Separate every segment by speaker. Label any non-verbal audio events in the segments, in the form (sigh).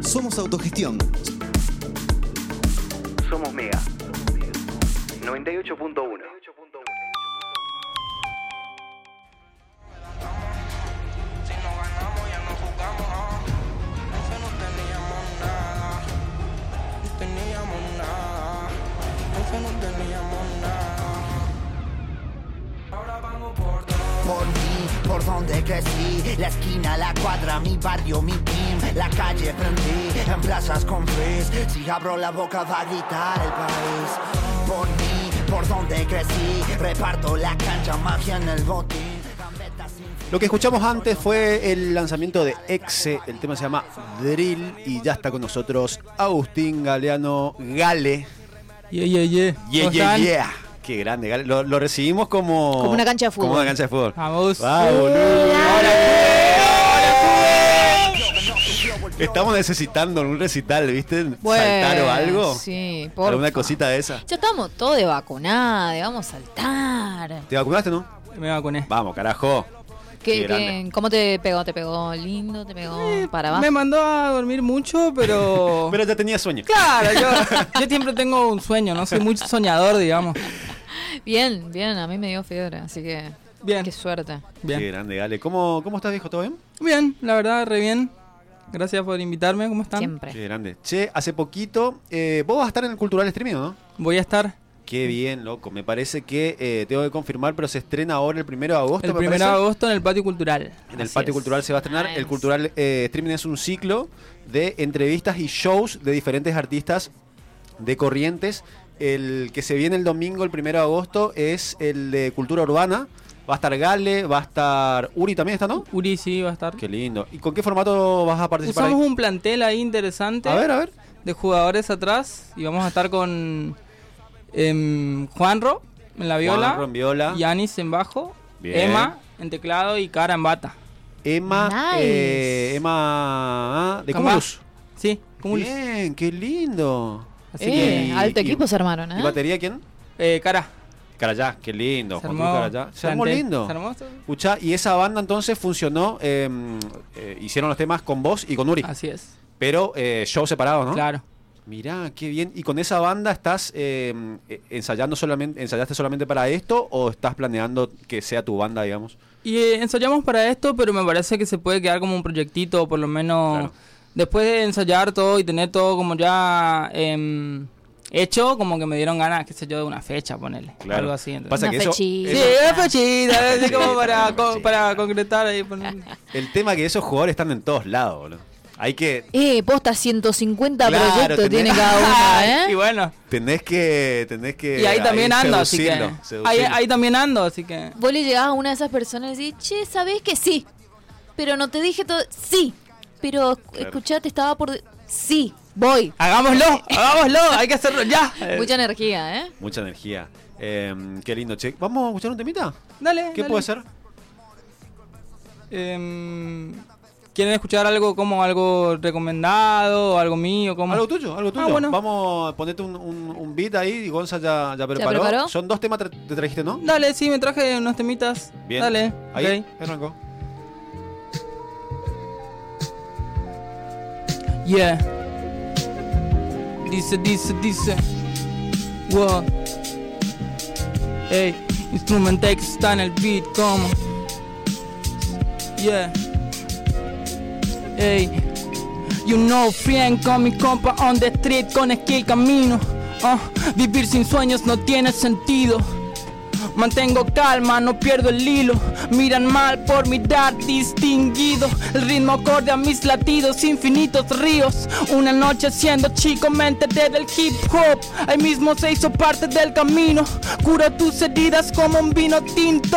Speaker 1: Somos autogestión.
Speaker 2: Somos Mega. 98.1.
Speaker 3: Si no ganamos ya no jugamos. ah. Entonces no teníamos nada. No teníamos nada. Entonces no teníamos nada. Ahora vamos por todo.
Speaker 4: por mí, por donde crecí, la esquina, la cuadra, mi barrio, mi team, la calle prendí, en plazas con frizz, si abro la boca va a gritar el país, por mí, por donde crecí, reparto la cancha, magia en el botín, gambetas sin fin.
Speaker 5: Lo que escuchamos antes fue el lanzamiento de Exe, el tema se llama Drill y ya está con nosotros Agustín Galeano Gale.
Speaker 6: Yeah, yeah, yeah.
Speaker 5: Yeah,
Speaker 6: ¿Cómo
Speaker 5: yeah,
Speaker 6: están?
Speaker 5: yeah. Ah, Qué grande, Gale. Lo, lo recibimos como...
Speaker 7: Como una cancha de fútbol.
Speaker 5: Como una cancha de fútbol.
Speaker 6: Vamos.
Speaker 5: Va, boludo. Ahora fue, ahora fue. Estamos necesitando un recital, ¿viste? Saltar o algo.
Speaker 7: Sí, por
Speaker 5: Alguna
Speaker 7: fa-
Speaker 5: cosita de esa.
Speaker 7: Ya estamos todos de vacunada, de vamos a saltar.
Speaker 5: ¿Te vacunaste, no?
Speaker 6: Me E. vacuné.
Speaker 5: Vamos, carajo.
Speaker 7: ¿Qué,
Speaker 5: Qué grande.
Speaker 7: qué- cómo te pegó? ¿Te pegó lindo? ¿Te pegó para
Speaker 6: Me
Speaker 7: abajo?
Speaker 6: mandó a dormir mucho, pero.
Speaker 5: (laughs) Pero ya tenía sueño.
Speaker 6: (laughs) Claro, yo, yo siempre tengo un sueño, no soy muy soñador, digamos.
Speaker 7: Bien, bien, a mí me dio fiebre, así que
Speaker 6: Bien.
Speaker 7: qué suerte.
Speaker 5: Qué
Speaker 6: Bien.
Speaker 5: grande, Gale. ¿Cómo, ¿Cómo estás, viejo? ¿Todo bien?
Speaker 6: Bien, la verdad, re bien. Gracias por invitarme, ¿cómo están?
Speaker 7: Siempre.
Speaker 5: Qué grande. Che, hace poquito, eh, vos vas a estar en el Cultural Streaming, ¿no?
Speaker 6: Voy a estar
Speaker 5: Qué bien, loco. Me parece que eh, tengo que confirmar, pero se estrena ahora el primero de agosto.
Speaker 6: el
Speaker 5: me
Speaker 6: 1 de
Speaker 5: parece.
Speaker 6: agosto en el patio cultural.
Speaker 5: En el
Speaker 7: Así
Speaker 5: patio
Speaker 7: es.
Speaker 5: cultural se va a estrenar.
Speaker 7: Nice.
Speaker 5: El cultural eh, streaming es un ciclo de entrevistas y shows de diferentes artistas de corrientes. El que se viene el domingo, el primero de agosto, es el de cultura urbana. Va a estar Gale, va a estar Uri también, ¿está no?
Speaker 6: Uri sí va a estar.
Speaker 5: Qué lindo. ¿Y con qué formato vas a participar?
Speaker 6: Usamos
Speaker 5: ahí?
Speaker 6: un plantel ahí interesante
Speaker 5: A ver, a ver.
Speaker 6: de jugadores atrás y vamos a estar con em, Juanro en la viola,
Speaker 5: Juanro en viola.
Speaker 6: Yanis en bajo,
Speaker 5: Bien.
Speaker 6: Emma en teclado y Cara en bata.
Speaker 5: Emma,
Speaker 7: Nice.
Speaker 5: eh, Emma ah, de
Speaker 6: Cambá.
Speaker 5: Cumulus.
Speaker 6: Sí, Cumulus.
Speaker 5: Bien, qué lindo.
Speaker 6: Así
Speaker 7: Eh,
Speaker 5: que-
Speaker 7: alto
Speaker 5: y-
Speaker 7: equipo se armaron, ¿eh?
Speaker 5: ¿Y batería quién?
Speaker 6: que, eh, Cara.
Speaker 5: Carayá, qué lindo.
Speaker 6: se
Speaker 5: Juan
Speaker 6: armó
Speaker 5: Cruz Carayá. Se armó
Speaker 6: plantel,
Speaker 5: lindo.
Speaker 6: se armó esto.
Speaker 5: Escuchá, y esa banda entonces funcionó, eh, eh, hicieron los temas con vos y con Uri,
Speaker 6: Así es,
Speaker 5: pero eh, show separado, ¿no?
Speaker 6: claro.
Speaker 5: Mirá, qué bien. ¿Y con esa banda estás eh, eh, ensayando solamente, ensayaste solamente para esto o estás planeando que sea tu banda, digamos?
Speaker 6: Y eh, ensayamos para esto, pero me parece que se puede quedar como un proyectito, por lo menos
Speaker 5: Claro.
Speaker 6: después de ensayar todo y tener todo como ya em, hecho, como que me dieron ganas, qué sé yo, de una fecha, ponerle. Algo así. entonces.
Speaker 5: Pasa
Speaker 7: Una
Speaker 5: que eso,
Speaker 7: fechita.
Speaker 6: Sí,
Speaker 5: eso-
Speaker 6: una
Speaker 5: (laughs)
Speaker 6: fechita, así
Speaker 5: Sí,
Speaker 6: como
Speaker 5: una
Speaker 6: para, co-
Speaker 5: fechita.
Speaker 6: para concretar ahí. ponerle.
Speaker 5: el tema que esos jugadores están en todos lados, boludo. Hay que
Speaker 7: Eh, posta 150
Speaker 5: Claro,
Speaker 7: proyectos
Speaker 5: tenés-
Speaker 7: tiene cada
Speaker 5: (laughs)
Speaker 7: uno,
Speaker 6: Y
Speaker 7: (laughs) ¿eh?
Speaker 6: bueno,
Speaker 5: tenés que tenés que
Speaker 6: y ahí también ando, así que.
Speaker 5: Eh, seducirlo,
Speaker 6: Ahí,
Speaker 5: seducirlo.
Speaker 6: ahí también ando, así que.
Speaker 7: Vos le llegás a una de esas personas y decís, che, ¿sabés que sí? Pero no te dije todo. Sí, pero escuchate, estaba por. de- Sí, voy.
Speaker 6: ¡Hagámoslo! (laughs) ¡Hagámoslo! ¡Hay que hacerlo ya!
Speaker 5: Ah,
Speaker 7: Mucha energía, ¿eh?
Speaker 5: Mucha energía. Eh, qué lindo, che. ¿Vamos a escuchar un temita?
Speaker 6: Dale.
Speaker 5: ¿Qué
Speaker 6: dale.
Speaker 5: puede ser?
Speaker 6: Em, ¿Quieren escuchar algo como algo recomendado, o algo mío? Como...
Speaker 5: Algo tuyo, algo tuyo.
Speaker 6: Ah, bueno.
Speaker 5: Vamos a ponerte un, un- un beat ahí y Gonza ya, ya preparó.
Speaker 7: preparó?
Speaker 5: Son dos temas tra- te trajiste, ¿no?
Speaker 6: Dale, sí, me traje unos temitas.
Speaker 5: Bien.
Speaker 6: Dale.
Speaker 5: Ahí
Speaker 6: ok.
Speaker 5: arrancó.
Speaker 6: Yeah. Dice, dice, dice. Wow. Ey, Instrumentex está en el beat, como. Yeah. Ey. You know, friend, con mi compa on the street, con skill camino. Ah, vivir sin sueños no tiene sentido. Mantengo calma, no pierdo el hilo. Miran mal por mirar distinguido. El ritmo acorde a mis latidos, infinitos ríos. Una noche siendo chico, me enteré del hip hop. Ahí mismo se hizo parte del camino. Curo tus heridas como un vino tinto.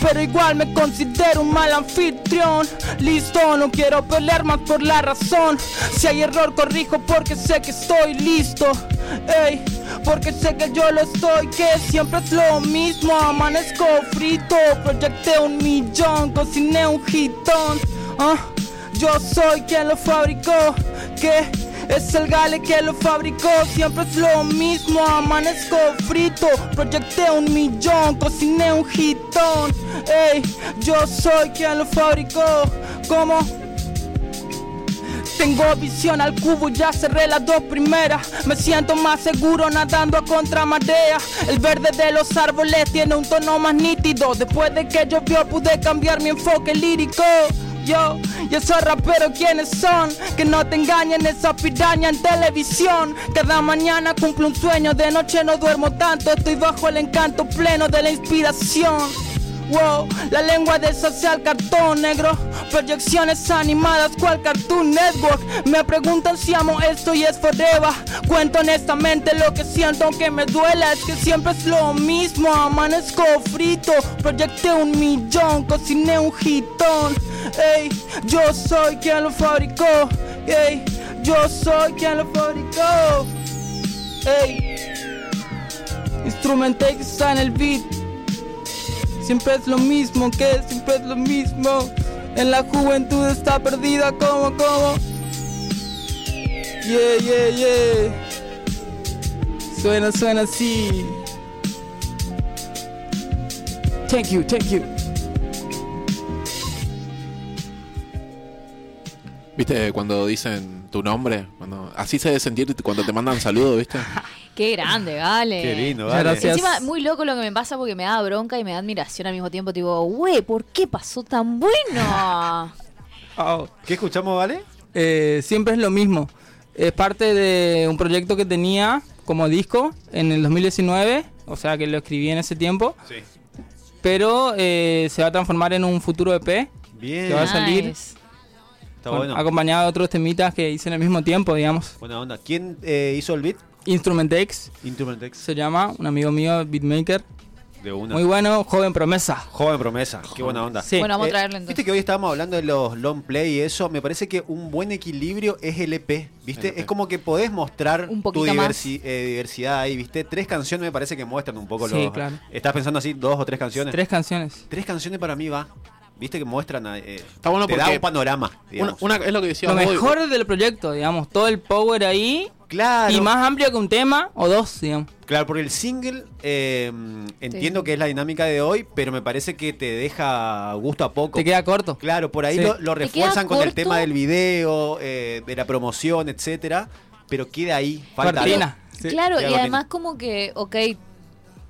Speaker 6: Pero igual me considero un mal anfitrión. Listo, no quiero pelear más por la razón. Si hay error, corrijo porque sé que estoy listo. Ey, porque sé que yo lo estoy, que siempre es lo mismo. Amanezco frito, proyecté un millón, cociné un hitón. Ah, yo soy quien lo fabricó, que es el gale que lo fabricó. Siempre es lo mismo, amanezco frito, proyecté un millón, cociné un hitón. Ey, yo soy quien lo fabricó, como. Tengo visión al cubo, ya cerré las dos primeras. Me siento más seguro nadando a contramarea. El verde de los árboles tiene un tono más nítido. Después de que llovió pude cambiar mi enfoque lírico. Yo y esos raperos quienes son Que no te engañen esa piraña en televisión Cada mañana cumplo un sueño De noche no duermo tanto Estoy bajo el encanto pleno de la inspiración Wow, la lengua social cartón negro. Proyecciones animadas, cual Cartoon Network. Me preguntan si amo esto y es forever. Cuento honestamente lo que siento, aunque me duela. Es que siempre es lo mismo. Amanezco frito, proyecté un millón, cociné un hitón. Ey, yo soy quien lo fabricó. Ey, yo soy quien lo fabricó. Ey, instrumenté que está en el beat. Siempre es lo mismo, que siempre es lo mismo. En la juventud está perdida como, como. Yeah, yeah, yeah. Suena, suena así. Thank you, thank you.
Speaker 1: ¿Viste cuando dicen tu nombre? Cuando, así se debe sentir cuando te mandan
Speaker 5: (laughs)
Speaker 1: saludos, ¿viste?
Speaker 7: Qué grande, vale.
Speaker 5: Qué lindo,
Speaker 6: Eh, Muchas
Speaker 5: vale.
Speaker 6: gracias.
Speaker 7: Encima, muy loco lo que me pasa porque me da bronca y me da admiración al mismo tiempo. Tipo, güey, ¿por qué pasó tan bueno?
Speaker 6: Oh.
Speaker 5: ¿Qué escuchamos, vale?
Speaker 6: Eh, siempre es lo mismo. Es parte de un proyecto que tenía como disco en el 2019, o sea que lo escribí en ese tiempo,
Speaker 5: Sí.
Speaker 6: pero eh, se va a transformar en un futuro E EP,
Speaker 5: Bien.
Speaker 6: Te vas Va a salir.
Speaker 7: Nice.
Speaker 5: Está
Speaker 6: con-
Speaker 5: bueno.
Speaker 6: acompañado de otros temitas que hice en el mismo tiempo, digamos.
Speaker 5: Buena onda. ¿Quién eh, hizo el beat?
Speaker 6: Instrumentex
Speaker 5: Instrumentex.
Speaker 6: se llama, un amigo mío, beatmaker,
Speaker 5: De una.
Speaker 6: muy bueno, joven promesa.
Speaker 5: Joven promesa. Qué buena onda.
Speaker 6: Sí.
Speaker 7: Bueno, vamos a
Speaker 5: Eh,
Speaker 7: traerlo entonces.
Speaker 5: Viste que hoy estábamos hablando de los long play y eso. Me parece que un buen equilibrio es el EP. ¿Viste?
Speaker 1: LP.
Speaker 5: Es como que podés mostrar
Speaker 7: Un
Speaker 5: tu
Speaker 7: poquito más.
Speaker 5: diversi- eh, diversidad ahí, ¿viste? Tres canciones me parece que muestran un poco
Speaker 6: Sí,
Speaker 5: los.
Speaker 6: claro.
Speaker 5: ¿Estás pensando así, dos o tres canciones?
Speaker 6: Tres canciones.
Speaker 5: Tres canciones para mí va. ¿Viste que muestran? eh,
Speaker 1: Está bueno
Speaker 5: te da
Speaker 1: porque
Speaker 5: un panorama.
Speaker 1: Una,
Speaker 5: Digamos.
Speaker 1: una- es lo que decía
Speaker 6: Lo
Speaker 1: Bobby.
Speaker 6: mejor del proyecto, digamos, todo el power ahí
Speaker 5: Claro.
Speaker 6: y más amplio que un tema o dos, digamos.
Speaker 5: Claro, porque el single eh, entiendo que es la dinámica de hoy, pero me parece que te deja gusto a poco.
Speaker 6: Te queda corto.
Speaker 5: Claro, por ahí
Speaker 6: Sí.
Speaker 5: lo, lo
Speaker 7: Te queda
Speaker 5: refuerzan con el
Speaker 7: corto.
Speaker 5: tema del video, eh, de la promoción, etcétera, pero queda ahí, falta
Speaker 6: Cortina.
Speaker 5: algo.
Speaker 6: Sí.
Speaker 7: Claro,
Speaker 5: Ya
Speaker 7: y
Speaker 5: lo
Speaker 7: además como que, ok,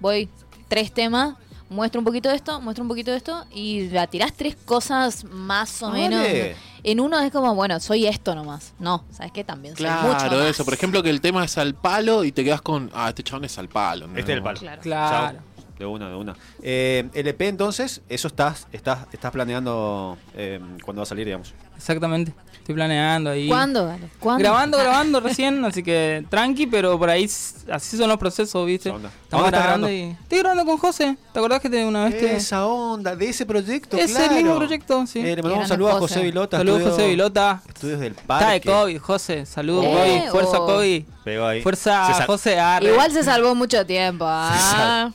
Speaker 7: voy tres temas, muestro un poquito de esto, muestro un poquito de esto, y la tirás tres cosas más o
Speaker 6: Ah,
Speaker 5: Vale.
Speaker 7: menos. En uno es como, bueno, soy esto nomás. No, ¿sabes qué? También soy mucho
Speaker 1: Claro,
Speaker 7: más.
Speaker 1: eso. Por ejemplo, que el tema es al palo y te quedas con. Ah, este chabón es al palo. ¿no?
Speaker 5: Este es el palo.
Speaker 7: Claro.
Speaker 6: Claro.
Speaker 5: Chao. De una, de una. Eh, LP entonces, eso estás, estás, estás planeando eh, cuando va a salir, digamos.
Speaker 6: Exactamente. Estoy planeando ahí.
Speaker 7: ¿Cuándo? Vale? ¿Cuándo? (laughs)
Speaker 6: Grabando, grabando recién, así que tranqui, pero por ahí s- así son los procesos, ¿viste?
Speaker 5: Onda.
Speaker 6: Estamos
Speaker 5: ¿Dónde estás
Speaker 6: grabando
Speaker 5: grabando?
Speaker 6: y. Estoy grabando con José. ¿Te acordás que te una vez te.
Speaker 5: Esa onda, de ese proyecto,
Speaker 6: este- Es el
Speaker 5: claro.
Speaker 6: mismo proyecto, sí.
Speaker 5: Eh, le mandamos
Speaker 7: Gran
Speaker 5: un saludo a
Speaker 7: esposa.
Speaker 5: José Vilota.
Speaker 6: Saludos,
Speaker 5: estudio-
Speaker 6: José Vilota.
Speaker 5: Estudios del
Speaker 6: Está
Speaker 5: Parque.
Speaker 6: de COVID, José. Saludos,
Speaker 7: Eh,
Speaker 6: COVID. Fuerza,
Speaker 7: o-
Speaker 6: COVID.
Speaker 5: Pegó ahí. Se
Speaker 6: Fuerza,
Speaker 5: sal-
Speaker 6: José Arre.
Speaker 7: Igual se salvó mucho tiempo. ¿ah?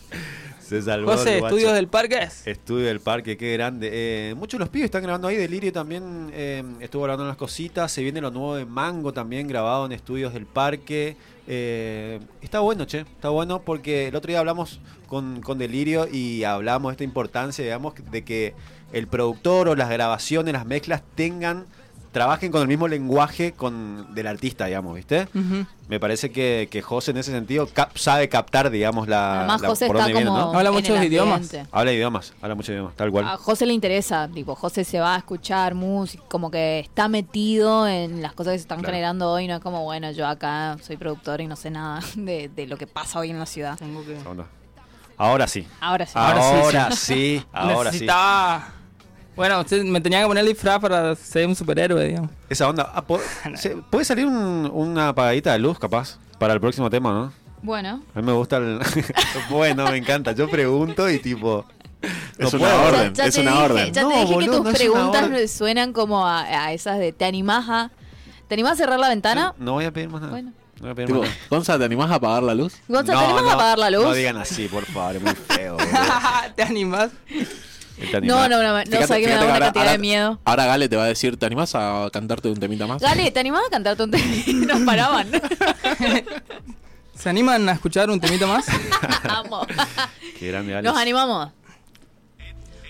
Speaker 5: Se salvó el
Speaker 6: José,
Speaker 5: guacho.
Speaker 6: estudios del parque.
Speaker 5: Estudio del Parque, qué grande. Eh, muchos de los pibes están grabando ahí. Delirio también eh, estuvo grabando unas cositas. Se viene lo nuevo de Mango también, grabado en Estudios del Parque. Eh, está bueno, che. Está bueno porque el otro día hablamos con, con Delirio y hablamos de esta importancia, digamos, de que el productor o las grabaciones, las mezclas tengan, trabajen con el mismo lenguaje con del artista, digamos, ¿viste?
Speaker 6: Ujú.
Speaker 5: Me parece que, que José en ese sentido cap- sabe captar, digamos, la...
Speaker 7: Además,
Speaker 5: la-
Speaker 7: José
Speaker 5: por
Speaker 7: está
Speaker 5: dónde viene,
Speaker 7: como.
Speaker 5: ¿no?
Speaker 6: Habla
Speaker 7: en
Speaker 6: muchos
Speaker 7: el
Speaker 6: idiomas.
Speaker 7: ambiente.
Speaker 5: Habla idiomas, habla muchos idiomas, tal cual.
Speaker 7: A José le interesa, tipo, José se va a escuchar música, como que está metido en las cosas que se están
Speaker 5: Claro.
Speaker 7: generando hoy, no es como, bueno, yo acá soy productor y no sé nada (laughs) de, de lo que pasa hoy en la ciudad.
Speaker 6: Tengo que.
Speaker 5: Esa onda. Ahora sí.
Speaker 7: Ahora sí.
Speaker 5: Ahora,
Speaker 6: sí,
Speaker 5: sí. Ahora sí.
Speaker 6: Necesitaba. Bueno, usted- me tenía que poner el disfraz para ser un superhéroe, digamos. (laughs)
Speaker 5: Esa onda. Ah, po- se- ¿Puede salir un- una apagadita de luz, capaz? Para el próximo tema, ¿no?
Speaker 7: Bueno.
Speaker 5: A mí me gusta el. (laughs) bueno, me encanta. Yo pregunto y tipo.
Speaker 1: Es
Speaker 5: no
Speaker 1: una
Speaker 5: puedo.
Speaker 1: orden,
Speaker 7: ya
Speaker 1: es
Speaker 7: te
Speaker 1: una
Speaker 7: dije,
Speaker 1: orden.
Speaker 7: Ya te
Speaker 5: No,
Speaker 7: dije
Speaker 5: boludo, no
Speaker 7: que tus
Speaker 5: es una
Speaker 7: preguntas
Speaker 5: orden.
Speaker 7: suenan como a, a esas de, ¿te animás a, ¿te animás a cerrar la ventana?
Speaker 5: No voy a pedir más nada.
Speaker 7: Bueno.
Speaker 5: No voy a pedir
Speaker 1: Tipo,
Speaker 5: más nada.
Speaker 1: Gonza, ¿te animás a apagar la luz?
Speaker 7: Gonzalo,
Speaker 5: No,
Speaker 7: ¿te animás
Speaker 5: no,
Speaker 7: a apagar la luz?
Speaker 5: No digan así, por favor, es muy feo. boludo.
Speaker 7: (laughs)
Speaker 6: ¿Te animás?
Speaker 5: Este
Speaker 7: No,
Speaker 5: animal.
Speaker 7: no, no, no,
Speaker 1: Fíjate-
Speaker 7: o sea, que me
Speaker 1: fíjate
Speaker 7: da una
Speaker 1: ahora-
Speaker 7: cantidad de
Speaker 1: ahora-
Speaker 7: miedo.
Speaker 1: Ahora Gale te va a decir, ¿te animás a cantarte un temita más?
Speaker 7: Gale, ¿te animás a cantarte un (laughs) tema? Nos
Speaker 5: (laughs)
Speaker 7: paraban.
Speaker 6: ¿Se animan a escuchar un temita más?
Speaker 7: Vamos.
Speaker 5: Qué grande, Alex.
Speaker 7: Nos animamos.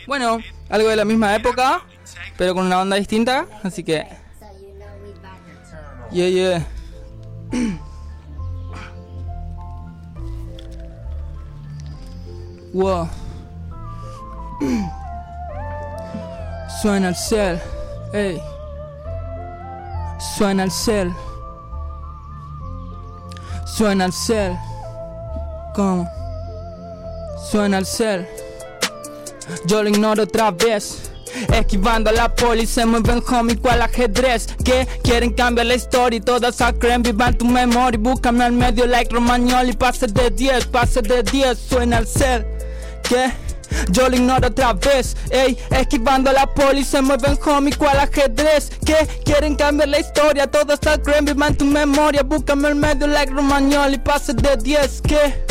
Speaker 6: Bueno, algo de la misma época, pero con una onda distinta, así que Yeah, yeah. (coughs) wow. (coughs) Suena el cel, ey. Suena el cel. Suena el cel. ¿Cómo? Suena el cel. Yo lo ignoro otra vez. Esquivando a la poli, se mueven homie cual ajedrez Que quieren cambiar la historia y todas a creen vivan tu memoria Búscame al medio like Romagnoli, pase de 10, pase de 10 Suena el ser, que yo lo ignoro otra vez Ey, esquivando a la poli, se mueven homie cual ajedrez Que quieren cambiar la historia, todas a creen vivan tu memoria Búscame al medio like Romagnoli, pase de 10, que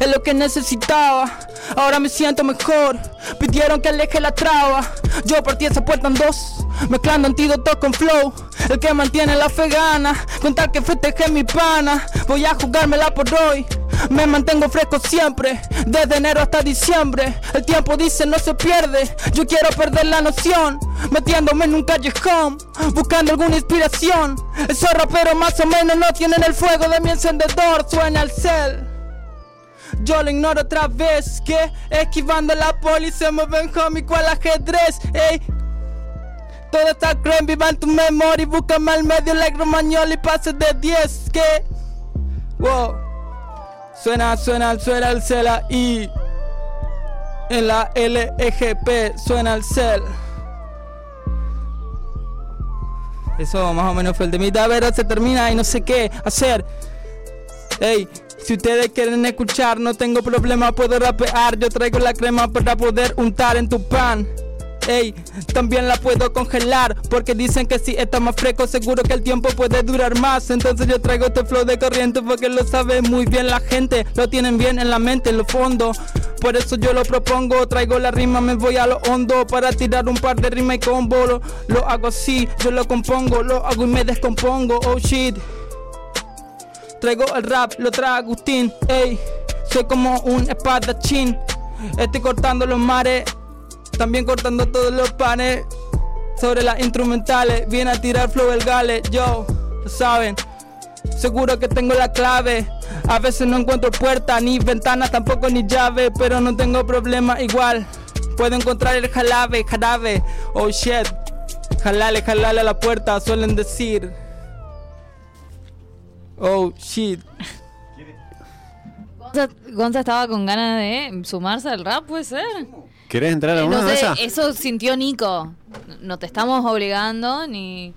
Speaker 6: es lo que necesitaba. Ahora me siento mejor. Pidieron que aleje la traba. Yo partí esa puerta en dos, mezclando antídotos con flow. El que mantiene la fe gana, con tal que festeje mi pana. Voy a jugármela por hoy. Me mantengo fresco siempre, desde enero hasta diciembre. El tiempo dice no se pierde. Yo quiero perder la noción, metiéndome en un callejón, buscando alguna inspiración. Esos raperos más o menos no tienen el fuego de mi encendedor. Suena el cel. Yo lo ignoro otra vez que esquivando la poli se mueven homie cual ajedrez, ey. Todo está creen, viva en tu memoria y búscame al medio like Romagnoli, pase de 10 que Wow Suena, suena, suena el cel ahí En la LEGP suena el cel Eso más o menos fue el de mi pero se termina y no sé qué hacer Ey, si ustedes quieren escuchar, no tengo problema, puedo rapear. Yo traigo la crema para poder untar en tu pan. Ey, también la puedo congelar Porque dicen que si está más fresco Seguro que el tiempo puede durar más Entonces yo traigo este flow de corriente Porque lo sabe muy bien la gente Lo tienen bien en la mente, en lo fondo Por eso yo lo propongo Traigo la rima, me voy a lo hondo Para tirar un par de rimas y combo Lo, lo hago así, yo lo compongo Lo hago y me descompongo, oh shit Traigo el rap, lo trae Agustín, ey. Soy como un espadachín. Estoy cortando los mares, también cortando todos los panes. Sobre las instrumentales, viene a tirar flow el gale, yo, lo saben. Seguro que tengo la clave. A veces no encuentro puerta, ni ventana, tampoco ni llave. Pero no tengo problema igual. Puedo encontrar el jalabe, jarabe, oh shit. Jalale, jalale a la puerta, suelen decir. Oh shit.
Speaker 2: Gonza, Gonza estaba con ganas de sumarse al rap, puede ser.
Speaker 5: ¿Quieres entrar
Speaker 7: Eh,
Speaker 5: a una
Speaker 2: no
Speaker 5: de
Speaker 2: sé,
Speaker 5: esas?
Speaker 2: eso sintió Nico. No te estamos obligando ni.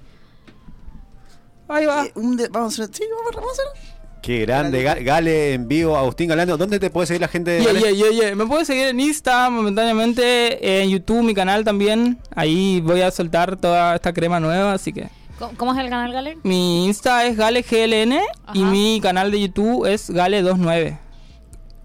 Speaker 6: Ahí va.
Speaker 8: Eh, un de- vamos a hacer. Sí, vamos a vamos a hacer.
Speaker 5: Qué grande, Ga- Gale en vivo, Agustín Galano. ¿Dónde te puede seguir la gente? de
Speaker 6: Yeah,
Speaker 5: Gale?
Speaker 6: yeah, yeah, yeah. Me puedes seguir en Insta momentáneamente, eh, en YouTube, mi canal también. Ahí voy a soltar toda esta crema nueva, así que.
Speaker 2: ¿Cómo, cómo es el canal,
Speaker 6: (laughs)
Speaker 2: Galen?
Speaker 6: Mi Insta es GaleGLN y
Speaker 2: Ajá.
Speaker 6: mi canal de YouTube es Gale29.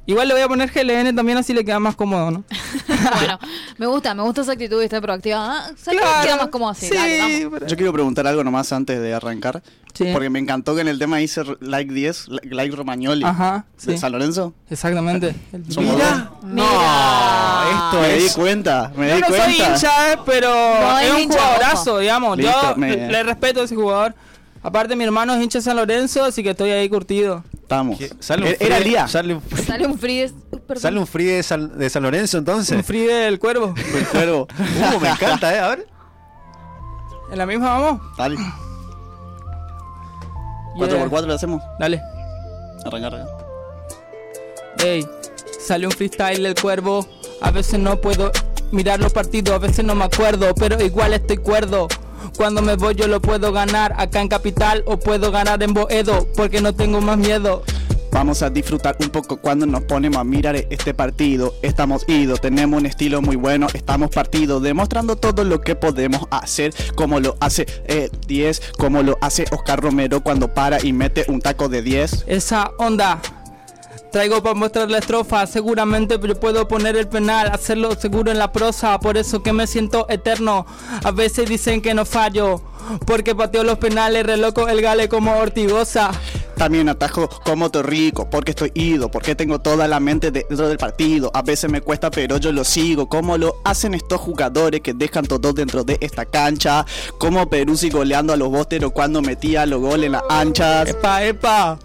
Speaker 6: Igual le voy a poner GLN también, así le queda más
Speaker 8: (laughs)
Speaker 6: cómodo, ¿no?
Speaker 2: bueno, me gusta, me gusta esa actitud y estar proactiva. Ah, ¿sabes qué? Queda más como así.
Speaker 6: Sí,
Speaker 2: dale, vamos.
Speaker 6: pero-
Speaker 8: Yo quiero preguntar algo nomás antes de arrancar.
Speaker 6: Sí.
Speaker 8: Porque me encantó que en el tema dice like 10, li- like Romagnoli.
Speaker 6: Ajá,
Speaker 8: ¿De
Speaker 6: sí.
Speaker 8: San Lorenzo?
Speaker 6: Exactamente. El-
Speaker 8: Somos dos.
Speaker 2: Mira.
Speaker 5: esto
Speaker 8: me
Speaker 5: es-
Speaker 8: di cuenta, me
Speaker 6: Yo
Speaker 8: di
Speaker 6: no soy
Speaker 8: cuenta.
Speaker 6: hincha, eh, pero
Speaker 2: No,
Speaker 6: es
Speaker 2: es
Speaker 6: un
Speaker 2: hincha,
Speaker 6: jugadorazo,
Speaker 2: ojo.
Speaker 6: digamos. Yo
Speaker 8: Listo, me-
Speaker 6: le, le respeto a ese jugador. Aparte, mi hermano es hincha de San Lorenzo, así que estoy ahí
Speaker 8: (laughs)
Speaker 6: curtido.
Speaker 8: Estamos.
Speaker 5: ¿Qué? Sale un
Speaker 8: Er, Era- Era
Speaker 5: Fride-
Speaker 8: Lía.
Speaker 5: Sale un,
Speaker 2: Sale un free. de- Uy, perdón.
Speaker 5: sale un Fride de San, de San Lorenzo
Speaker 6: Un
Speaker 5: entonces.
Speaker 6: free del cuervo.
Speaker 8: El
Speaker 6: (laughs)
Speaker 8: cuervo.
Speaker 5: Uh, me encanta, ¿eh? A ver.
Speaker 6: ¿En la misma vamos?
Speaker 8: Dale.
Speaker 6: Yeah.
Speaker 8: 4x4 lo hacemos.
Speaker 6: Dale.
Speaker 8: Arranca, arranca.
Speaker 6: Ey, sale un freestyle del cuervo. A veces no puedo mirar los partidos, a veces no me acuerdo, pero igual estoy cuerdo. Cuando me voy yo lo puedo ganar acá en Capital o puedo ganar en Boedo porque no tengo más miedo.
Speaker 8: Vamos a disfrutar un poco cuando nos ponemos a mirar este partido. Estamos idos, tenemos un estilo muy bueno, estamos partidos, demostrando todo lo que podemos hacer, como lo hace eh, 10, como lo hace Oscar Romero cuando para y mete un taco de 10.
Speaker 6: Esa onda Traigo para mostrar la estrofa, seguramente yo puedo poner el penal, hacerlo seguro en la prosa, por eso que me siento eterno. A veces dicen que no fallo, porque pateo los penales, re loco el gale como Ortigosa.
Speaker 8: También atajo como torrico, porque estoy ido, porque tengo toda la mente dentro del partido. A veces me cuesta, pero yo lo sigo. Como lo hacen estos jugadores que dejan todo dentro de esta cancha. Como Peruzzi goleando a los bosteros cuando metía los goles en las anchas.
Speaker 6: Epa, epa.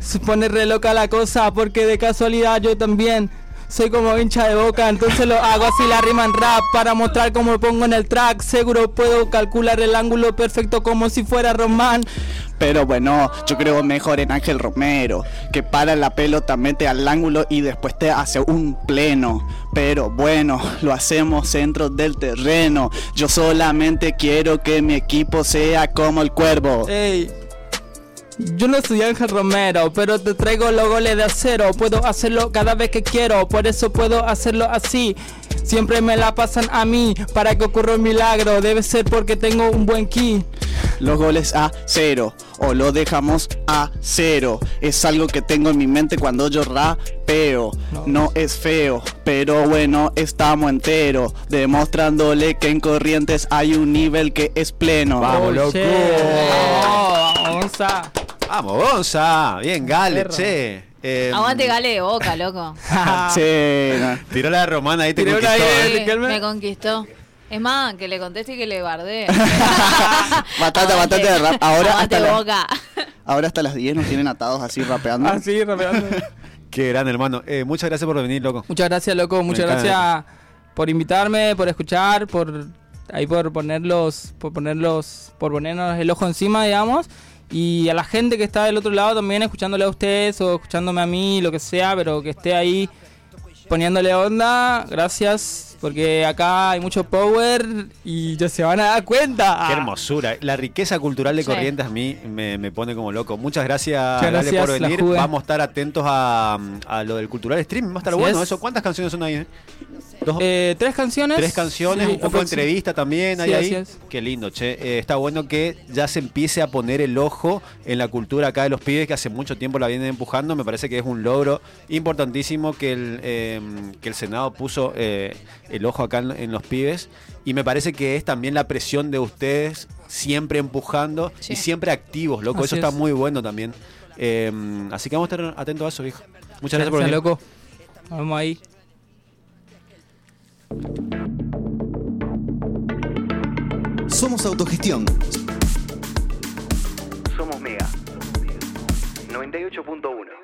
Speaker 6: Se pone re loca la cosa porque de casualidad yo también soy como hincha de boca, entonces lo hago así la rima en rap para mostrar cómo lo pongo en el track. Seguro puedo calcular el ángulo perfecto como si fuera Román.
Speaker 8: Pero bueno, yo creo mejor en Ángel Romero, que para la pelota, mete al ángulo y después te hace un pleno. Pero bueno, (laughs) lo hacemos centro del terreno. Yo solamente quiero que mi equipo sea como el cuervo.
Speaker 6: Ey. Yo no soy Ángel Romero, pero te traigo los goles de acero. Puedo hacerlo cada vez que quiero, por eso puedo hacerlo así. Siempre me la pasan a mí, para que ocurra un milagro. Debe ser porque tengo un buen ki.
Speaker 8: los goles a cero o lo dejamos a cero. Es algo que tengo en mi mente cuando yo rapeo. No es feo, pero bueno, estamos enteros, demostrándole que en Corrientes hay un nivel que es pleno.
Speaker 5: Vamos, loco.
Speaker 6: Oye,
Speaker 5: (laughs)
Speaker 6: vamos a-
Speaker 5: Vamos, Gonza. Bien, Gale,
Speaker 6: Perro.
Speaker 5: che. Eh,
Speaker 2: Aguante gale de boca, loco.
Speaker 6: Ah,
Speaker 8: Sí, no.
Speaker 5: Tiró la romana ahí, te
Speaker 6: Tiró una
Speaker 5: conquistó,
Speaker 6: ahí,
Speaker 5: eh.
Speaker 2: Sí,
Speaker 6: Riquelme.
Speaker 2: me conquistó. Es más, que le conteste y que le barde.
Speaker 8: Batata, batata de rap. Ahora
Speaker 2: Aguante
Speaker 8: hasta la-
Speaker 2: boca.
Speaker 8: Ahora hasta las 10 nos tienen atados así rapeando.
Speaker 6: Así, rapeando.
Speaker 5: Qué gran hermano. Eh, muchas gracias por venir, loco.
Speaker 6: Muchas gracias, loco. Muchas
Speaker 5: encanta.
Speaker 6: gracias por invitarme, por escuchar, por ahí por ponerlos, por ponerlos, por ponernos el ojo encima, digamos. Y a la gente que está del otro lado también escuchándole a ustedes o escuchándome a mí, lo que sea, pero que esté ahí poniéndole onda, gracias, porque acá hay mucho power y ya se van a dar cuenta.
Speaker 5: Qué hermosura. La riqueza cultural de
Speaker 2: Sí.
Speaker 5: Corrientes a mí me, me pone como loco. Muchas gracias,
Speaker 6: Muchas
Speaker 5: Gale, por
Speaker 6: gracias, la
Speaker 5: venir.
Speaker 6: jugué.
Speaker 5: Vamos a estar atentos a, a lo del cultural stream. Va a estar
Speaker 6: Así
Speaker 5: bueno
Speaker 6: es.
Speaker 5: eso. ¿Cuántas canciones son ahí? eh? Dos,
Speaker 6: Eh, tres canciones.
Speaker 5: tres canciones,
Speaker 6: Sí,
Speaker 5: un poco de
Speaker 6: aproxim-
Speaker 5: entrevista también.
Speaker 6: Sí,
Speaker 5: hay ahí.
Speaker 6: así es.
Speaker 5: Qué lindo, che. Eh, está bueno que ya se empiece a poner el ojo en la cultura acá de los pibes que hace mucho tiempo la vienen empujando. Me parece que es un logro importantísimo que el, eh, que el Senado puso eh, el ojo acá en, en los pibes. Y me parece que es también la presión de ustedes siempre empujando
Speaker 2: Sí.
Speaker 5: y siempre activos, loco.
Speaker 6: Así
Speaker 5: Eso está
Speaker 6: es.
Speaker 5: muy bueno también. Eh, así que vamos a estar atentos a eso, viejo. Muchas gracias por
Speaker 6: Gracias,
Speaker 5: venir.
Speaker 6: loco. Nos vemos ahí.
Speaker 9: Somos autogestión.
Speaker 10: Somos Mega 98.1.